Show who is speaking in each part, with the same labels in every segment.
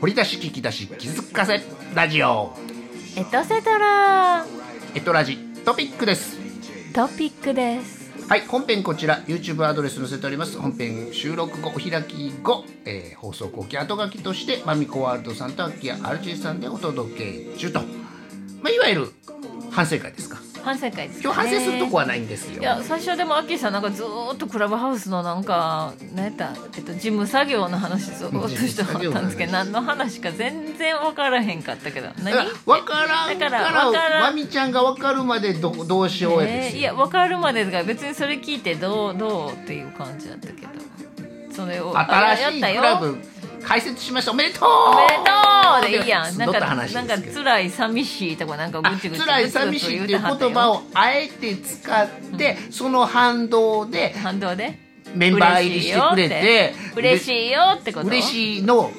Speaker 1: 掘り出し聞き出し気づかせラジオ
Speaker 2: エトセトラ
Speaker 1: エトラジトピックです
Speaker 2: トピックです
Speaker 1: はい本編こちら YouTube アドレス載せております本編収録後お開き後、えー放送後期後書きとしてマミコワールドさんとアッキー RG さんでお届け中と、まあ、いわゆる反省会ですか
Speaker 2: 反省会です、ね、
Speaker 1: 今日反省するとこはないんですよ
Speaker 2: いや最初でもアッキーさんなんかずーっとクラブハウスのなんか何やった、えっと、事務作業の話ずーっとしてはったんですけ
Speaker 1: 事務作業の話
Speaker 2: ど何の話か全然分からへんかったけど
Speaker 1: だから
Speaker 2: 何
Speaker 1: 分からんか
Speaker 2: だから
Speaker 1: ら
Speaker 2: 分からん
Speaker 1: まみちゃんが分かるまでどどうしようやで
Speaker 2: え
Speaker 1: す
Speaker 2: ー
Speaker 1: よ
Speaker 2: いや分かるまでが別にそれ聞いてどうどうっていう感じだったけどそれを
Speaker 1: 新しい
Speaker 2: あ
Speaker 1: ク
Speaker 2: や
Speaker 1: ラ
Speaker 2: ったよ
Speaker 1: ブ開設しましたおめでとう
Speaker 2: おめでとうでいいやんな ん
Speaker 1: どっ
Speaker 2: か
Speaker 1: た話
Speaker 2: なんか
Speaker 1: ですけど
Speaker 2: 辛い寂しいとかなんか
Speaker 1: あ
Speaker 2: ぐちぐち
Speaker 1: 辛い寂しいっていう言葉
Speaker 2: を
Speaker 1: をあえて使って、その反動で
Speaker 2: 反動で
Speaker 1: メンバー入りしてくれて
Speaker 2: 嬉し
Speaker 1: い
Speaker 2: いよってこと
Speaker 1: 嬉
Speaker 2: い
Speaker 1: しいの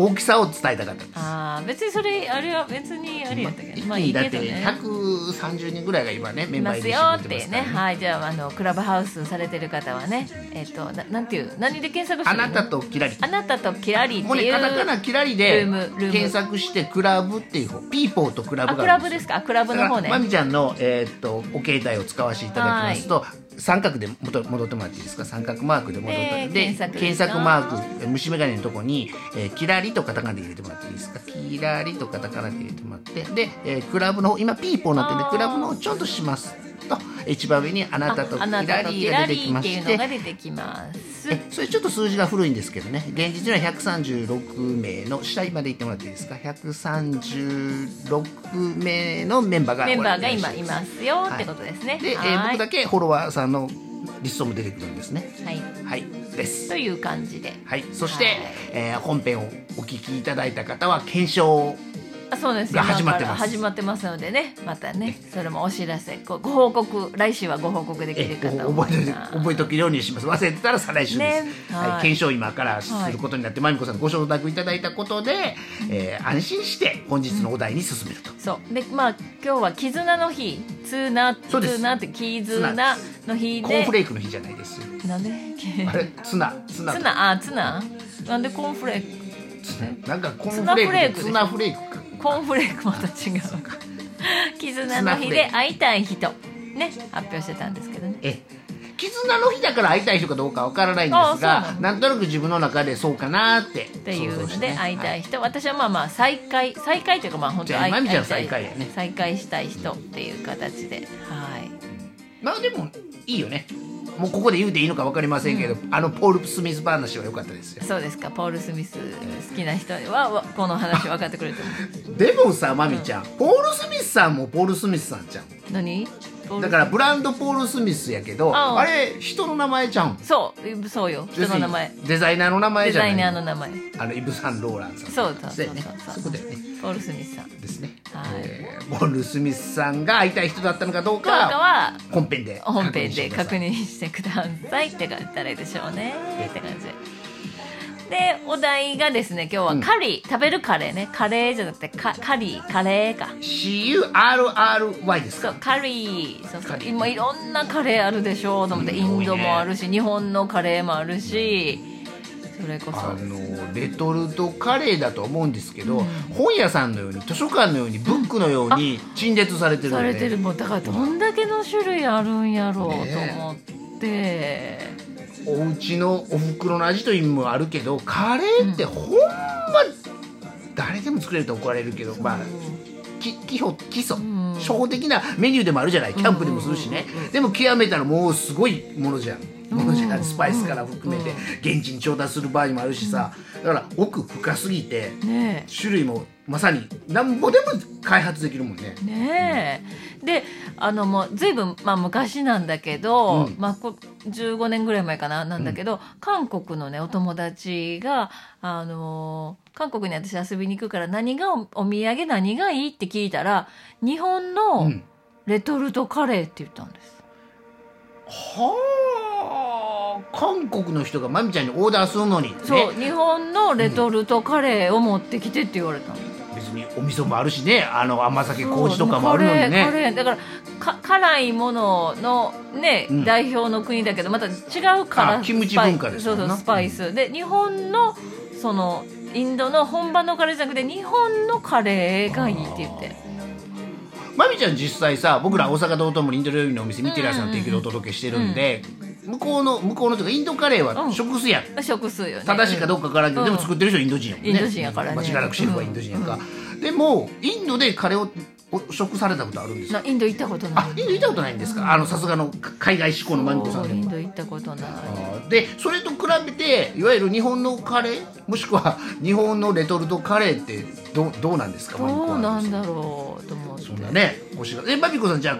Speaker 1: 大きさを伝えたかった
Speaker 2: ああ別にそれあれは別にあれやったけどまあ
Speaker 1: 一
Speaker 2: いい
Speaker 1: 気に
Speaker 2: け
Speaker 1: だっ
Speaker 2: ど
Speaker 1: て
Speaker 2: ね
Speaker 1: 130人ぐらいが今ねメ
Speaker 2: い
Speaker 1: ンバ
Speaker 2: ま
Speaker 1: ー入
Speaker 2: す
Speaker 1: り
Speaker 2: よ
Speaker 1: し
Speaker 2: って
Speaker 1: く
Speaker 2: て
Speaker 1: れ
Speaker 2: い
Speaker 1: てますか
Speaker 2: うね
Speaker 1: らね
Speaker 2: はいじゃああのクラブハウスされてる方はねえっ、とななんていう何で検索して
Speaker 1: あ
Speaker 2: るの
Speaker 1: なたとキラリ
Speaker 2: あなたとキラリって
Speaker 1: もう
Speaker 2: い
Speaker 1: ね
Speaker 2: う
Speaker 1: カタカナキラリで
Speaker 2: ルームルーム
Speaker 1: 検索してクラブっていう方ピーポーとクラ
Speaker 2: あ
Speaker 1: ブ
Speaker 2: ク
Speaker 1: があ
Speaker 2: ラ
Speaker 1: る
Speaker 2: ブ
Speaker 1: んです
Speaker 2: で
Speaker 1: よ
Speaker 2: すかあクラブの方ね、
Speaker 1: まみちゃんの、えーっとお携帯を使わせていただきますと三角で戻戻ってもらっていいですか三角マークで戻って、
Speaker 2: えー
Speaker 1: で
Speaker 2: 検索
Speaker 1: 検索マーク虫眼鏡のとこに、えーキラリとカタカナで入れてもらっていいですかキラリとカタカナで入れてもらってで、えークラブの方今ピーポーになってるん
Speaker 2: あ
Speaker 1: で
Speaker 2: ー
Speaker 1: クラブの方をちょっとしますと一番上にあなたと
Speaker 2: ああ
Speaker 1: キ
Speaker 2: な
Speaker 1: ラ
Speaker 2: たと
Speaker 1: リ
Speaker 2: キ
Speaker 1: が
Speaker 2: ラ
Speaker 1: 出
Speaker 2: リ
Speaker 1: てきま
Speaker 2: ーってい
Speaker 1: し
Speaker 2: うの
Speaker 1: て
Speaker 2: が出てきます
Speaker 1: えそれちょっと数字が古いんですけどね現実には136名の下まで行ってもらっていいですか136名のメンバーが
Speaker 2: メンバーが
Speaker 1: お
Speaker 2: 今
Speaker 1: られ
Speaker 2: い
Speaker 1: るらし
Speaker 2: ま
Speaker 1: です
Speaker 2: よってことですね
Speaker 1: で、えー
Speaker 2: は
Speaker 1: 僕
Speaker 2: い
Speaker 1: だけフォロワーさんのリストも出てくるんですね
Speaker 2: はい
Speaker 1: はいです
Speaker 2: という感じで
Speaker 1: はいそして、
Speaker 2: はい
Speaker 1: えー本編をお聞きいただいた方は検証を
Speaker 2: あそうです
Speaker 1: が
Speaker 2: 今
Speaker 1: 始まって
Speaker 2: から
Speaker 1: ます
Speaker 2: 始まってますのでねまたねそれもお知らせごご報告来週はご報告でき
Speaker 1: え
Speaker 2: るか
Speaker 1: ー
Speaker 2: と
Speaker 1: 覚
Speaker 2: 思
Speaker 1: え
Speaker 2: い
Speaker 1: て
Speaker 2: ます
Speaker 1: 覚えておくようにします忘れてたら再来週です、
Speaker 2: ね
Speaker 1: はい
Speaker 2: はい
Speaker 1: 検証を今からすることになって、まみこさんご承諾いただいたことで、えー安心して本日のお題に進めると、
Speaker 2: そうでまあ今日は絆の日ツーナ
Speaker 1: そうです
Speaker 2: ツーナって絆
Speaker 1: 綱
Speaker 2: の日
Speaker 1: コーン
Speaker 2: で
Speaker 1: フレークの日じゃないですよ
Speaker 2: なんで
Speaker 1: あれツナツナ
Speaker 2: ツナあツナなんでコーンフレーク
Speaker 1: ツナなんかコーンフレークとツ
Speaker 2: ツ
Speaker 1: ナ
Speaker 2: ナ
Speaker 1: フレークか
Speaker 2: コーンフレークまた違う 絆の日で会いたい人ね発表してたんですけどね
Speaker 1: え絆の日だから会いたい人かどうかわからないんです
Speaker 2: あそうな
Speaker 1: が
Speaker 2: の
Speaker 1: なんとなく自分の中でそうかなってっ
Speaker 2: っていうので会いたい
Speaker 1: 人
Speaker 2: 人、私はまあまあ再会再会というかまあ本当
Speaker 1: じゃあ
Speaker 2: 会い
Speaker 1: まみちゃん
Speaker 2: 会いたい
Speaker 1: 再会やね
Speaker 2: 再会したい人っていう形ではい
Speaker 1: まあでもいいよねもうここで言うていいのかわかりませんけど、あのポール・スミス話は良かったですよ
Speaker 2: そうですかポール・スミス好きな人はわこの話分かってくれてる
Speaker 1: でもさまみちゃん、ポール・スミスさんもポール・スミスさんじゃん
Speaker 2: 何ポール
Speaker 1: だからブランドポール・スミスやけど
Speaker 2: あ
Speaker 1: あれ人の名前じゃうん
Speaker 2: そうそうよ人の名前
Speaker 1: 要するにデザイナーの名前
Speaker 2: デ
Speaker 1: じゃ
Speaker 2: ザ
Speaker 1: ない
Speaker 2: イナーの名前
Speaker 1: あのイブ・サンローランさん
Speaker 2: そうそうそう
Speaker 1: よね
Speaker 2: そう
Speaker 1: そこだよね
Speaker 2: ポール・スミスさん
Speaker 1: ですね、
Speaker 2: はい
Speaker 1: えー、ボール・スミスさんが会いたい人だったのかどう
Speaker 2: 評価
Speaker 1: か
Speaker 2: は
Speaker 1: 本編で
Speaker 2: 本編
Speaker 1: して
Speaker 2: で確
Speaker 1: ください
Speaker 2: 認してくださいって言ったらいいでしょうねって感じでお題がですね今日はカリー、食べるカレーねカレーじゃなくてカカリーカレーか
Speaker 1: CURRY です
Speaker 2: そう
Speaker 1: か
Speaker 2: カリーそうそ
Speaker 1: カ
Speaker 2: う
Speaker 1: リー
Speaker 2: 今いろんなカレーあるでしょうと思って、
Speaker 1: うん
Speaker 2: インドもあるし日本のカレーもあるしそれこ
Speaker 1: あ
Speaker 2: そ
Speaker 1: のレトルトカレーだと思うんですけど、本屋さんのように図書館のようにブックのように陳列されてるよ
Speaker 2: さ
Speaker 1: ね
Speaker 2: れてるもんだからどんだけの種類あるんやろうと思って、
Speaker 1: お家のお袋の味という意味もあるけどカレーってほんま誰でも作れると怒られるけど、まあき基本基礎、
Speaker 2: ん
Speaker 1: 初歩的なメニューでもあるじゃないキャンプでもするしね、でも極めたらもうすごいものじゃんものじゃんスパイスから含めて現地に調達する場合もあるしさだから奥深すぎて
Speaker 2: ね
Speaker 1: 種類もまさになんぼでも開発できるもんね
Speaker 2: えねえであのもう随分、まあ、昔なんだけど、
Speaker 1: うん
Speaker 2: まあ、こ15年ぐらい前かななんだけど、韓国のねお友達があのー韓国に私遊びに行くから何がおお土産何がいいって聞いたら日本
Speaker 1: う
Speaker 2: の
Speaker 1: ん
Speaker 2: レトルトカレーって言ったんです。
Speaker 1: はあ韓国の人がまみちゃんにオーダーするのに
Speaker 2: そう、
Speaker 1: ね
Speaker 2: 日本のレトルトカレーを持ってきてって言われたの。
Speaker 1: 別にお味噌もあるしねあの甘酒
Speaker 2: そう
Speaker 1: 麹とかもあるのにね
Speaker 2: カレーカレーだからか辛いもののね、
Speaker 1: うん
Speaker 2: 代表の国だけどまた違うから
Speaker 1: あキムチ文化です
Speaker 2: そ
Speaker 1: も
Speaker 2: う
Speaker 1: な
Speaker 2: んそうスパイスで日本のそのインドの本場のカレーじゃなくて日本のカレーがいいって言って
Speaker 1: まみちゃん実際さ僕ら大阪道頓堀インド料理のお店見てらっしゃる提供でお届けしてるんで、向こうの向こうのというかインドカレー
Speaker 2: う
Speaker 1: は
Speaker 2: ん
Speaker 1: 食すやん、
Speaker 2: 食すよね
Speaker 1: 正しいかどうかわからんけど、
Speaker 2: うん
Speaker 1: でも作ってる人はインド人やもんね
Speaker 2: インド人やからね
Speaker 1: まあ、しばらくシェフはインド人やから、でもインドでカレーをお食されたことあるんですか
Speaker 2: なインド行ったことない
Speaker 1: あインド行ったことないんですか、あのさすがの海外志向のまみこさん
Speaker 2: そう
Speaker 1: で
Speaker 2: インド行ったことない
Speaker 1: あーでそれと比べていわゆる日本のカレーもしくは日本のレトルトカレーってどうどうなんですか
Speaker 2: ど
Speaker 1: マミコ
Speaker 2: う
Speaker 1: は
Speaker 2: なんだろうと思って
Speaker 1: そんなねおしがえマミコさんじゃあ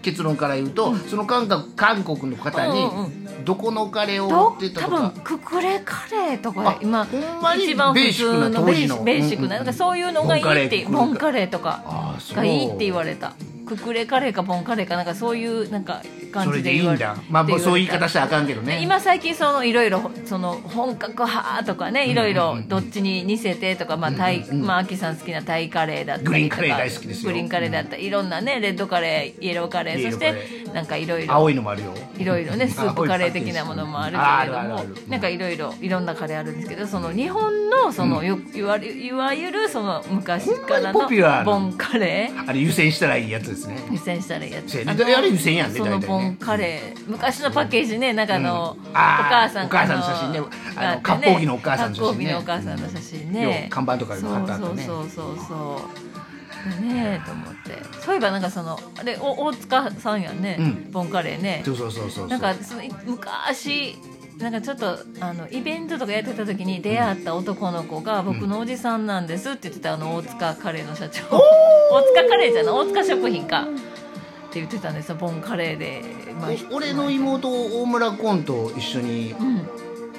Speaker 1: 結論から言うと、その韓国韓国の方に
Speaker 2: うんう
Speaker 1: どこのカレーを
Speaker 2: ど
Speaker 1: 持ってったと
Speaker 2: 多分
Speaker 1: か、
Speaker 2: ククレカレーと
Speaker 1: あ
Speaker 2: か今
Speaker 1: ほんまに
Speaker 2: 一番
Speaker 1: ベー
Speaker 2: 普
Speaker 1: シックな
Speaker 2: 通の
Speaker 1: 当
Speaker 2: ベ
Speaker 1: 時
Speaker 2: ー
Speaker 1: の
Speaker 2: シベーシッ
Speaker 1: うんうんう
Speaker 2: クな
Speaker 1: ん
Speaker 2: なんかそういうのがいいって
Speaker 1: ボ
Speaker 2: ボ
Speaker 1: ン
Speaker 2: ン
Speaker 1: カ
Speaker 2: カレーとか
Speaker 1: あーそう
Speaker 2: がいいって言われたククレカレーかボンカレーかなんかそういうなんか
Speaker 1: そ
Speaker 2: 感
Speaker 1: れ
Speaker 2: じで
Speaker 1: でいい
Speaker 2: 言わ
Speaker 1: ん
Speaker 2: れた
Speaker 1: だまあもうそういう言い
Speaker 2: って
Speaker 1: 方したらあかんけどね
Speaker 2: 今最近そのいろいろその本格派とかねいろいろどっちに似せてとかまあタイまあ秋さん好きなタイカレーだったりとか
Speaker 1: グリーンカレー大好きですよ
Speaker 2: グリーンカレーだったりいろんなねレッドカレーイエローカレ
Speaker 1: イエ
Speaker 2: ー
Speaker 1: ロー
Speaker 2: そし
Speaker 1: カレー
Speaker 2: てなんかいろいろ
Speaker 1: 青いのもあるよ
Speaker 2: いろいろねスープカレー的なものもあるけれど
Speaker 1: あ
Speaker 2: も
Speaker 1: るあるある
Speaker 2: なんかいろいろいろんなカレーあるんですけどその日本のそのよいわゆいわゆるその昔から
Speaker 1: ほんまにポピュラーな
Speaker 2: のボンカレー
Speaker 1: あれ湯煎したらいいやつですね
Speaker 2: 湯煎したらいいやつ
Speaker 1: せやねあれ湯煎やんね
Speaker 2: その
Speaker 1: 大体ね
Speaker 2: ボンカレー昔のパッケージね中のお
Speaker 1: うんあー
Speaker 2: 母さん
Speaker 1: お母さんの写真ねあの割烹着のお母さんの写真ね
Speaker 2: 割烹着のお母さんの写真
Speaker 1: よ
Speaker 2: ね
Speaker 1: う看板とかにも貼ってあったね
Speaker 2: そうそうそうそうそうねえと思ってそういえばなんかそのあれお大塚さんやんね
Speaker 1: うん
Speaker 2: ボンカレーね
Speaker 1: そうそうそうそう
Speaker 2: なんかそのい昔なんかちょっとあのイベントとかやってた時に出会った男の子が「僕のおじさんなんです」って言ってたあの大塚カレーの社長大塚カレーじゃない大塚食品かって言ってたんですよボンカレーで、まあ
Speaker 1: お俺の妹大村コンと一緒に
Speaker 2: うん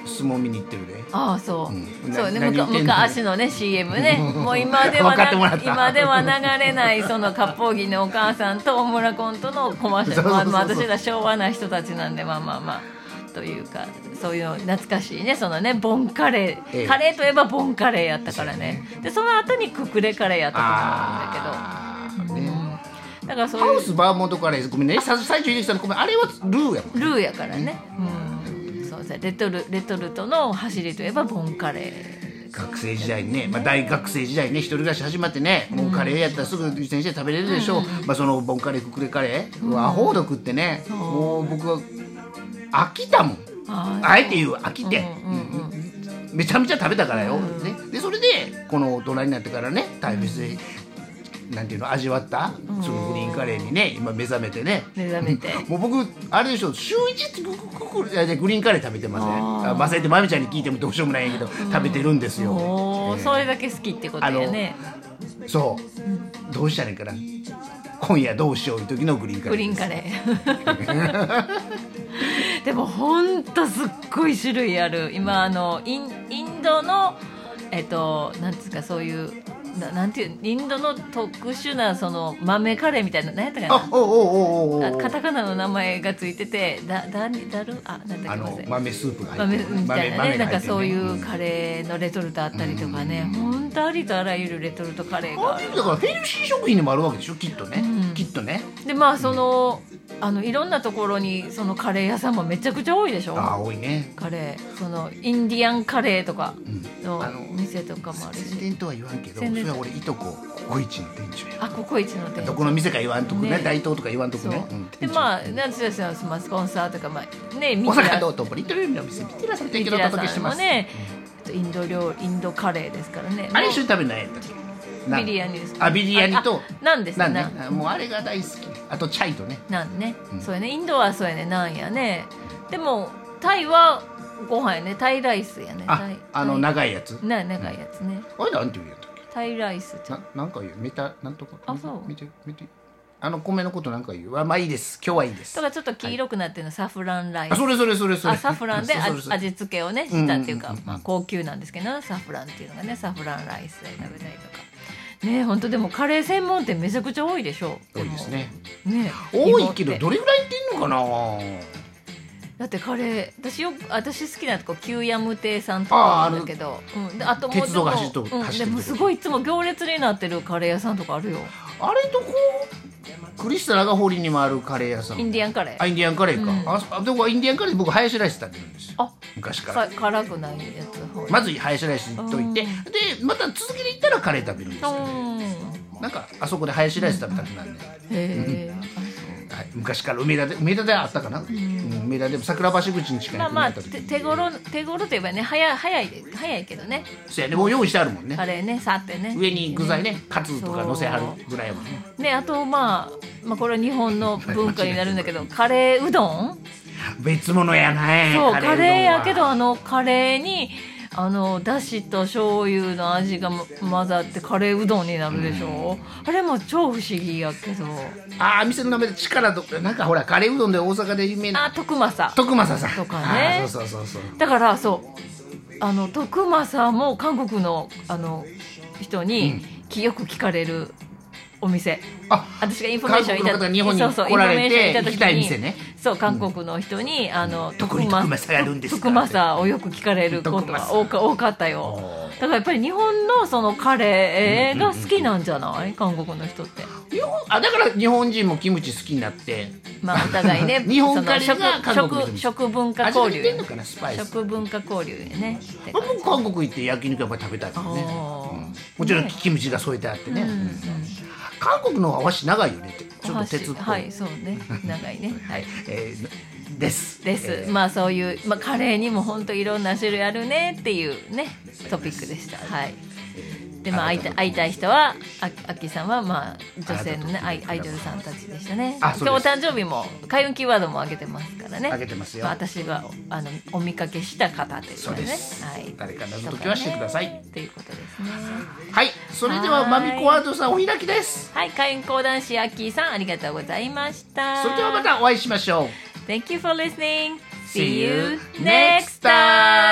Speaker 1: 相撲見に行ってるで、
Speaker 2: ああそう、
Speaker 1: うん
Speaker 2: そうね
Speaker 1: な何
Speaker 2: む
Speaker 1: 言
Speaker 2: か
Speaker 1: ってんの
Speaker 2: 昔のね CM ね もう今では
Speaker 1: 分かってもら
Speaker 2: な
Speaker 1: った
Speaker 2: 今では流れないその割烹着のお母さんと大村コントのコマーシャル
Speaker 1: そうそうそう
Speaker 2: まあ
Speaker 1: そう
Speaker 2: まあ私ら昭和な人たちなんでまあまあまあというかそういう懐かしいねそのねボンカレー、
Speaker 1: ええ
Speaker 2: カレーといえばボンカレーやったからねでその後にククレカレーやったと思
Speaker 1: ああ
Speaker 2: うんだけど、
Speaker 1: ね
Speaker 2: うん、だからそう
Speaker 1: ハ
Speaker 2: い
Speaker 1: ウ
Speaker 2: う
Speaker 1: スバーモントカレーごめんねさ最初入れてたのごめんあれはルーやもん
Speaker 2: ルーやからね、うん、そうですねレトルレトルトの走りといえばボンカレー
Speaker 1: 学生時代にね、まあ、大学生時代にね一人暮らし始まってねもうカレーやったらすぐ湯煎して食べれるでしょう、まあ、そのボンカレーククレカレー、アホほど食ってね
Speaker 2: そう
Speaker 1: もう僕は飽きたもん
Speaker 2: あー
Speaker 1: あえて言う飽きて、
Speaker 2: うんうんうん
Speaker 1: めちゃめちゃ食べたからよ、
Speaker 2: うん
Speaker 1: ね、でそれでこの大人になってからね大別で、なんていうの味わった
Speaker 2: ん
Speaker 1: そのグリーンカレーにね今目覚めてね
Speaker 2: 目覚めて
Speaker 1: もう僕あれでしょ週一ググググググリーンカレー食べてません
Speaker 2: あー
Speaker 1: あまさえってまみちゃんに聞いてもどうしようもないんやけど食べてるんですよ、
Speaker 2: おお、
Speaker 1: ええ
Speaker 2: それだけ好きってことやね
Speaker 1: そう、どうしたらいいかな今夜どうしよういう時のグリーンカレー
Speaker 2: グリーンカレー でもほんとすっごい種類ある今あのインインドのえっとなんつうかそういうななんていうインドの特殊なその豆カレーみたいな何やったか
Speaker 1: あ
Speaker 2: な
Speaker 1: おうおうおうおう
Speaker 2: あ
Speaker 1: おう
Speaker 2: カタカナの名前がついててだだだるあなんだ
Speaker 1: あ
Speaker 2: っけごめんな
Speaker 1: の
Speaker 2: さい
Speaker 1: 豆スープが入
Speaker 2: 豆
Speaker 1: ってる
Speaker 2: みたい
Speaker 1: が
Speaker 2: なねなん
Speaker 1: 入
Speaker 2: か
Speaker 1: ってる
Speaker 2: そういうんカレーのレトルトあったりとかね本当ありとあらゆるレトルトカレーが
Speaker 1: あ
Speaker 2: あ
Speaker 1: る
Speaker 2: る
Speaker 1: 意味だからヘルシー食品でもあるわけでしょきっとね、
Speaker 2: うん
Speaker 1: きっとね
Speaker 2: でまあその,、あのいろんなところにそのカレー屋さんもめちゃくちゃ多いでしょ
Speaker 1: ああ多いね
Speaker 2: カレーそのインディアンカレーとかの
Speaker 1: あの
Speaker 2: 店とかもある
Speaker 1: 宣
Speaker 2: し
Speaker 1: 伝とは言わんけどそ
Speaker 2: 宣伝
Speaker 1: れは俺いとこココイチの店長や
Speaker 2: あココイチの店
Speaker 1: どこの店か言わんとくね
Speaker 2: ね
Speaker 1: 大東とか言わんとく
Speaker 2: そう
Speaker 1: ね、うん
Speaker 2: でまあなんつうですよそのスポンサーとかまあね
Speaker 1: 大
Speaker 2: ミキ
Speaker 1: 阪
Speaker 2: ラ
Speaker 1: 道東リトルの店ミテラさん提
Speaker 2: ミキ
Speaker 1: 供でお
Speaker 2: ラ
Speaker 1: 届けし
Speaker 2: さ
Speaker 1: て
Speaker 2: んも
Speaker 1: ます、
Speaker 2: ねインド料インドカレーですからね
Speaker 1: あれ一緒に食べないやったっけなん
Speaker 2: ビリヤニです
Speaker 1: あビリヤニと
Speaker 2: あなんです
Speaker 1: なん
Speaker 2: ね
Speaker 1: ねあもうあれが大好きあとチャイとね
Speaker 2: なんね、
Speaker 1: うん
Speaker 2: そうやねインドはそうやねなんやねでもタイはご飯やねタイライスやね
Speaker 1: あ
Speaker 2: タイ
Speaker 1: あの長いやつ
Speaker 2: な長いやつね
Speaker 1: あれなんて言うんやったっ
Speaker 2: タイライス
Speaker 1: けななんか言うメタなんとか
Speaker 2: あそう
Speaker 1: 見て見てあの米のことなんか言うあまあいいです今日はいいです
Speaker 2: とかちょっと黄色くなってるのサフランライス
Speaker 1: あそれそれそれそれ
Speaker 2: あサフランで
Speaker 1: そうそ
Speaker 2: あ
Speaker 1: うそう
Speaker 2: 味付けをねしたっていうか
Speaker 1: うんうんうんうん
Speaker 2: まあ高級なんですけどサフランっていうのがねサフランライスで食べたりとかね本当でもカレー専門店めちゃくちゃ多いでしょ
Speaker 1: 多いですね
Speaker 2: でもね
Speaker 1: 多いけ
Speaker 2: 日本
Speaker 1: ど
Speaker 2: って
Speaker 1: どれぐらいいってんのかな
Speaker 2: だってカレー私よく私好きなとこ旧ヤム亭さんとかあるんだけどあ,、うん、であともう
Speaker 1: 鉄道が走っとる
Speaker 2: でも,、う
Speaker 1: 走
Speaker 2: ん、
Speaker 1: って
Speaker 2: で
Speaker 1: るとこ
Speaker 2: もすごいいつも行列になってるカレー屋さんとかあるよ
Speaker 1: あれとこクリスタ長堀にもあるカレー屋さん
Speaker 2: インディアンカレー
Speaker 1: あインディアンカレーか、
Speaker 2: うん
Speaker 1: あそあでもインディアンカレー僕ハヤシライス食べるんですよ
Speaker 2: あ
Speaker 1: 昔から
Speaker 2: さ辛くないやつはい
Speaker 1: まずハヤシライス行っといて、
Speaker 2: う
Speaker 1: で
Speaker 2: ん
Speaker 1: また続きで行ったらカレー食べるんですけど
Speaker 2: うん
Speaker 1: なんかあそこでハヤシライス食べたくなるんで、
Speaker 2: へえ
Speaker 1: はい、昔から梅田で梅田であったかな、うん梅田でも桜橋口に近い
Speaker 2: まあまあ
Speaker 1: 梅田
Speaker 2: て
Speaker 1: で
Speaker 2: 手頃手頃といえばね早い早いで早いけどね
Speaker 1: そうやねもう用意してあるもんね
Speaker 2: カレーねさってね
Speaker 1: 上に具材ねカツとか乗せはるぐらいやもんね
Speaker 2: ねあとまあまあこれは日本の文化になるんだけどカレーうどん
Speaker 1: 別物やね
Speaker 2: そうカレーやけど
Speaker 1: あ
Speaker 2: あのカレーにあのだしと醤油の味がも混ざってカレーうどんになるでしょ、あれも超不思議やけど
Speaker 1: あー店の名前で力となんかほらカレーうどんで大阪で有名な
Speaker 2: あ徳政
Speaker 1: 徳政さん
Speaker 2: とかね
Speaker 1: あーそうそうそうそう
Speaker 2: だからそうあの徳政も韓国のあの人にきよく聞かれるお店
Speaker 1: あ
Speaker 2: 私がインフォメーションい
Speaker 1: 韓国の方
Speaker 2: た
Speaker 1: が日本に来られて
Speaker 2: インフォメーションいた時に
Speaker 1: 行きたい店ね
Speaker 2: そう韓国の人に、あの
Speaker 1: どこに徳政があるんですか
Speaker 2: 徳政をよく聞かれることが多か多かったよ
Speaker 1: あ
Speaker 2: だからやっぱり日本のそのカレーが好きなんじゃない、韓国の人って
Speaker 1: ー日本あだから日本人もキムチ好きになって
Speaker 2: まあお互いね
Speaker 1: 日本カレーが
Speaker 2: そ
Speaker 1: 韓
Speaker 2: の
Speaker 1: 国の人
Speaker 2: 食食食文化
Speaker 1: 味が
Speaker 2: 交
Speaker 1: 出
Speaker 2: 流
Speaker 1: てんのかなスパイス
Speaker 2: 食文化交流でねって感じ
Speaker 1: 僕韓国行って焼肉やっぱり食べたいもんね、
Speaker 2: あー
Speaker 1: うんもちろん
Speaker 2: ね
Speaker 1: キムチが添えてあってね、
Speaker 2: うんうん
Speaker 1: 韓国のお箸長いよねってちょっと鉄っぽい、
Speaker 2: お箸はいそうね長いねはい
Speaker 1: えーです
Speaker 2: です、
Speaker 1: えー
Speaker 2: まあそういう、まあ、カレーにも本当いろんな種類あるねっていうねトピックでしたはいでまあ会いた会いたい人はああきさんはまあ女性のねアイアイドルさんたちでしたね
Speaker 1: あそうです
Speaker 2: 今日お誕生日も開運キーワードも上げてますからね
Speaker 1: 上げてますよ
Speaker 2: あ、私はあのお見かけした方という
Speaker 1: そう
Speaker 2: ね
Speaker 1: です
Speaker 2: はい
Speaker 1: 誰かの時はしてください
Speaker 2: とかねということですね
Speaker 1: はいそれでは
Speaker 2: はーい
Speaker 1: マミコワードさんお開きです
Speaker 2: はい開運講談師あきさんありがとうございました
Speaker 1: それではまたお会いしましょう
Speaker 2: Thank you for listening.
Speaker 1: See
Speaker 2: See
Speaker 1: you
Speaker 2: you
Speaker 1: next
Speaker 2: next time.